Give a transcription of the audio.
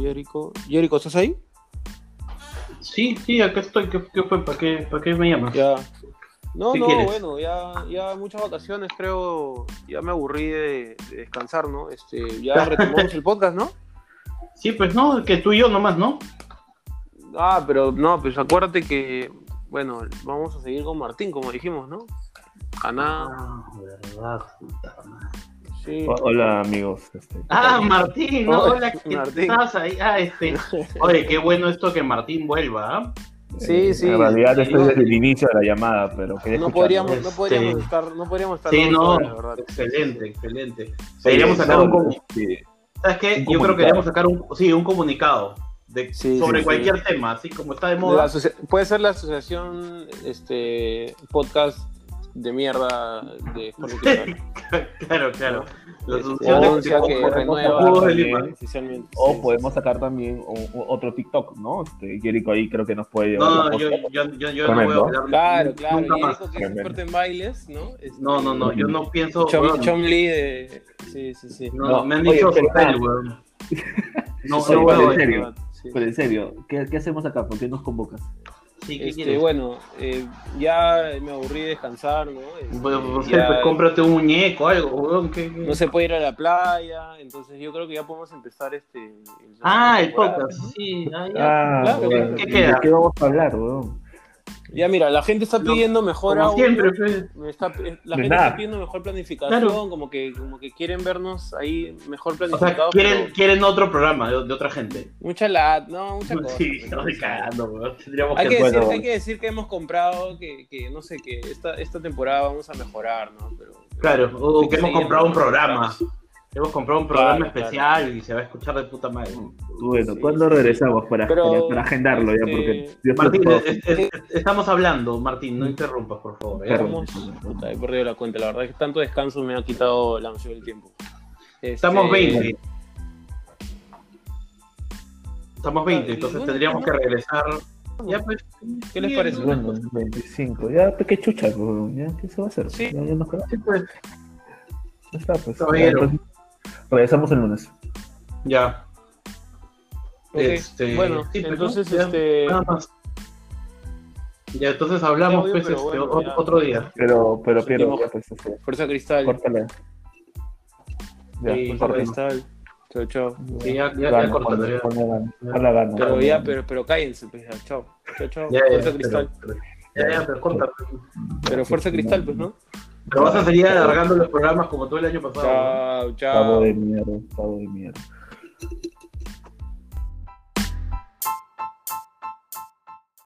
Jericho. Jericho, ¿estás ahí? Sí, sí, acá estoy. ¿Qué, qué fue? ¿Para qué, para qué me llamas? Ya. No, ¿Qué no, quieres? bueno, ya, ya muchas vacaciones creo, ya me aburrí de, de descansar, ¿no? Este, ya retomamos el podcast, ¿no? Sí, pues no, que tú y yo nomás, ¿no? Ah, pero no, pues acuérdate que, bueno, vamos a seguir con Martín, como dijimos, ¿no? Caná, verdad, puta madre. sí. O- Hola amigos. este, Ah, Martín, no, Oye, hola, ¿qué Martín. estás ahí? Ah, este. Oye, qué bueno esto que Martín vuelva, ¿ah? Sí, sí. Eh, En realidad esto No, es desde el inicio de la llamada, pero quería no escucharlo. podríamos, no Este- podríamos estar, no podríamos estar Sí, dos no, horas, la verdad. excelente, excelente. Sí, Deberíamos no, sacar un, com- sí. ¿Sabes qué? Un Yo creo comunicado. que deberíamos sacar un, sí, un comunicado de, Sí, sobre sí, cualquier tema, así como está de La moda. asocia- puede ser la asociación este podcast de mierda de Spotify. claro, claro. Las Este, opciones anuncia que- que como- renueva como- también oficialmente. O Sí, podemos sacar también un- un- otro TikTok, ¿no? Este, Jericho ahí creo que nos puede llevar. No, la no, yo, posta. yo, yo, yo no voy a Tremendo. hablar Claro, claro. nunca y más. Erico, que es experto en bailes, ¿no? Este, No, no, no, yo no pienso. Chom, weón. Chom Lee de. Sí, sí, sí. no, No, me han oye, dicho pero- hotel, weón. No, Oye, no, pero weón. en serio. Pues, Sí. Pero en serio, ¿qué, qué hacemos acá? ¿Por qué nos convocas? Sí, ¿qué Este, quieres? bueno, eh, ya me aburrí de descansar, ¿no? Este, Bueno, pues, ya- pues, cómprate un muñeco, algo, weón. ¿qué, qué? no se puede ir a la playa, entonces yo creo que ya podemos empezar este. el- Ah, el temporada, podcast, ¿no? sí. Ah, ya. Ah, claro, bueno, ¿qué ¿y queda? ¿De qué vamos a hablar, weón? Ya mira, la gente está No, pidiendo mejor Como audio, siempre, pues. me está- la De gente nada. está pidiendo mejor planificación, Claro. como que como que quieren vernos ahí mejor O sea, planificados. quieren, pero quieren otro programa de, de otra gente. mucha la, no, mucha cosa. Sí, pero- estoy cagando, weón. Tendríamos Hay que, que. decir, bueno. hay que decir que hemos comprado, que, que no sé, que esta, esta temporada vamos a mejorar, ¿no? Pero, Claro, o hay que hemos seguir, comprado un ¿no? programa. Hemos comprado un programa Claro, especial y se va a escuchar de puta madre. Bueno, Sí, ¿cuándo sí, regresamos para, Pero, para- para agendarlo ya? este, Porque Dios Martín, lo- es- es- es- estamos hablando, Martín, no interrumpas, por favor. ¿eh? ¿ya? Claro. Estamos, puta, he perdido la cuenta, la verdad es que tanto descanso me ha quitado la noción del tiempo. Este, Estamos 20. Estamos 20, entonces Bueno, tendríamos ¿no? que regresar. Ya, pues, ¿Qué les sí, parece? Bueno, 25. Ya, pues, qué chucha, weón. Ya, ¿Qué se va a hacer? Sí. Ya, ya nos quedamos. sí, pues, Ya está, pues. Caballero. Ya, pues, regresamos el lunes. Ya, ok. este, bueno, sí, pero entonces, ya- este, nada más. Ya, entonces hablamos, Ya, obvio, pues, pero este, bueno, o- ya. otro día. Pero, pero, Piero, Sentimos- ya, pues, este, Fuerza Cristal. córtala. Ya, Fuerza Sí, córtala. correcto. Cristal. Chao, chao. Sí, ya, ya, ya Gana, cortalo, ponle- ya. ponle gana, ponle gana, Pero ponle ya, gana. pero, pero cállense, pues, ya, chao. Chao, chao. Ya, Fuerza ya, Cristal. pero- Ya, ya, pero corta. Pero Fuerza Cristal, pues, ¿no? Pero vas a seguir alargando los programas como todo el año pasado. Chao, ¿no? Cabo chao. de mierda, cabo de mierda.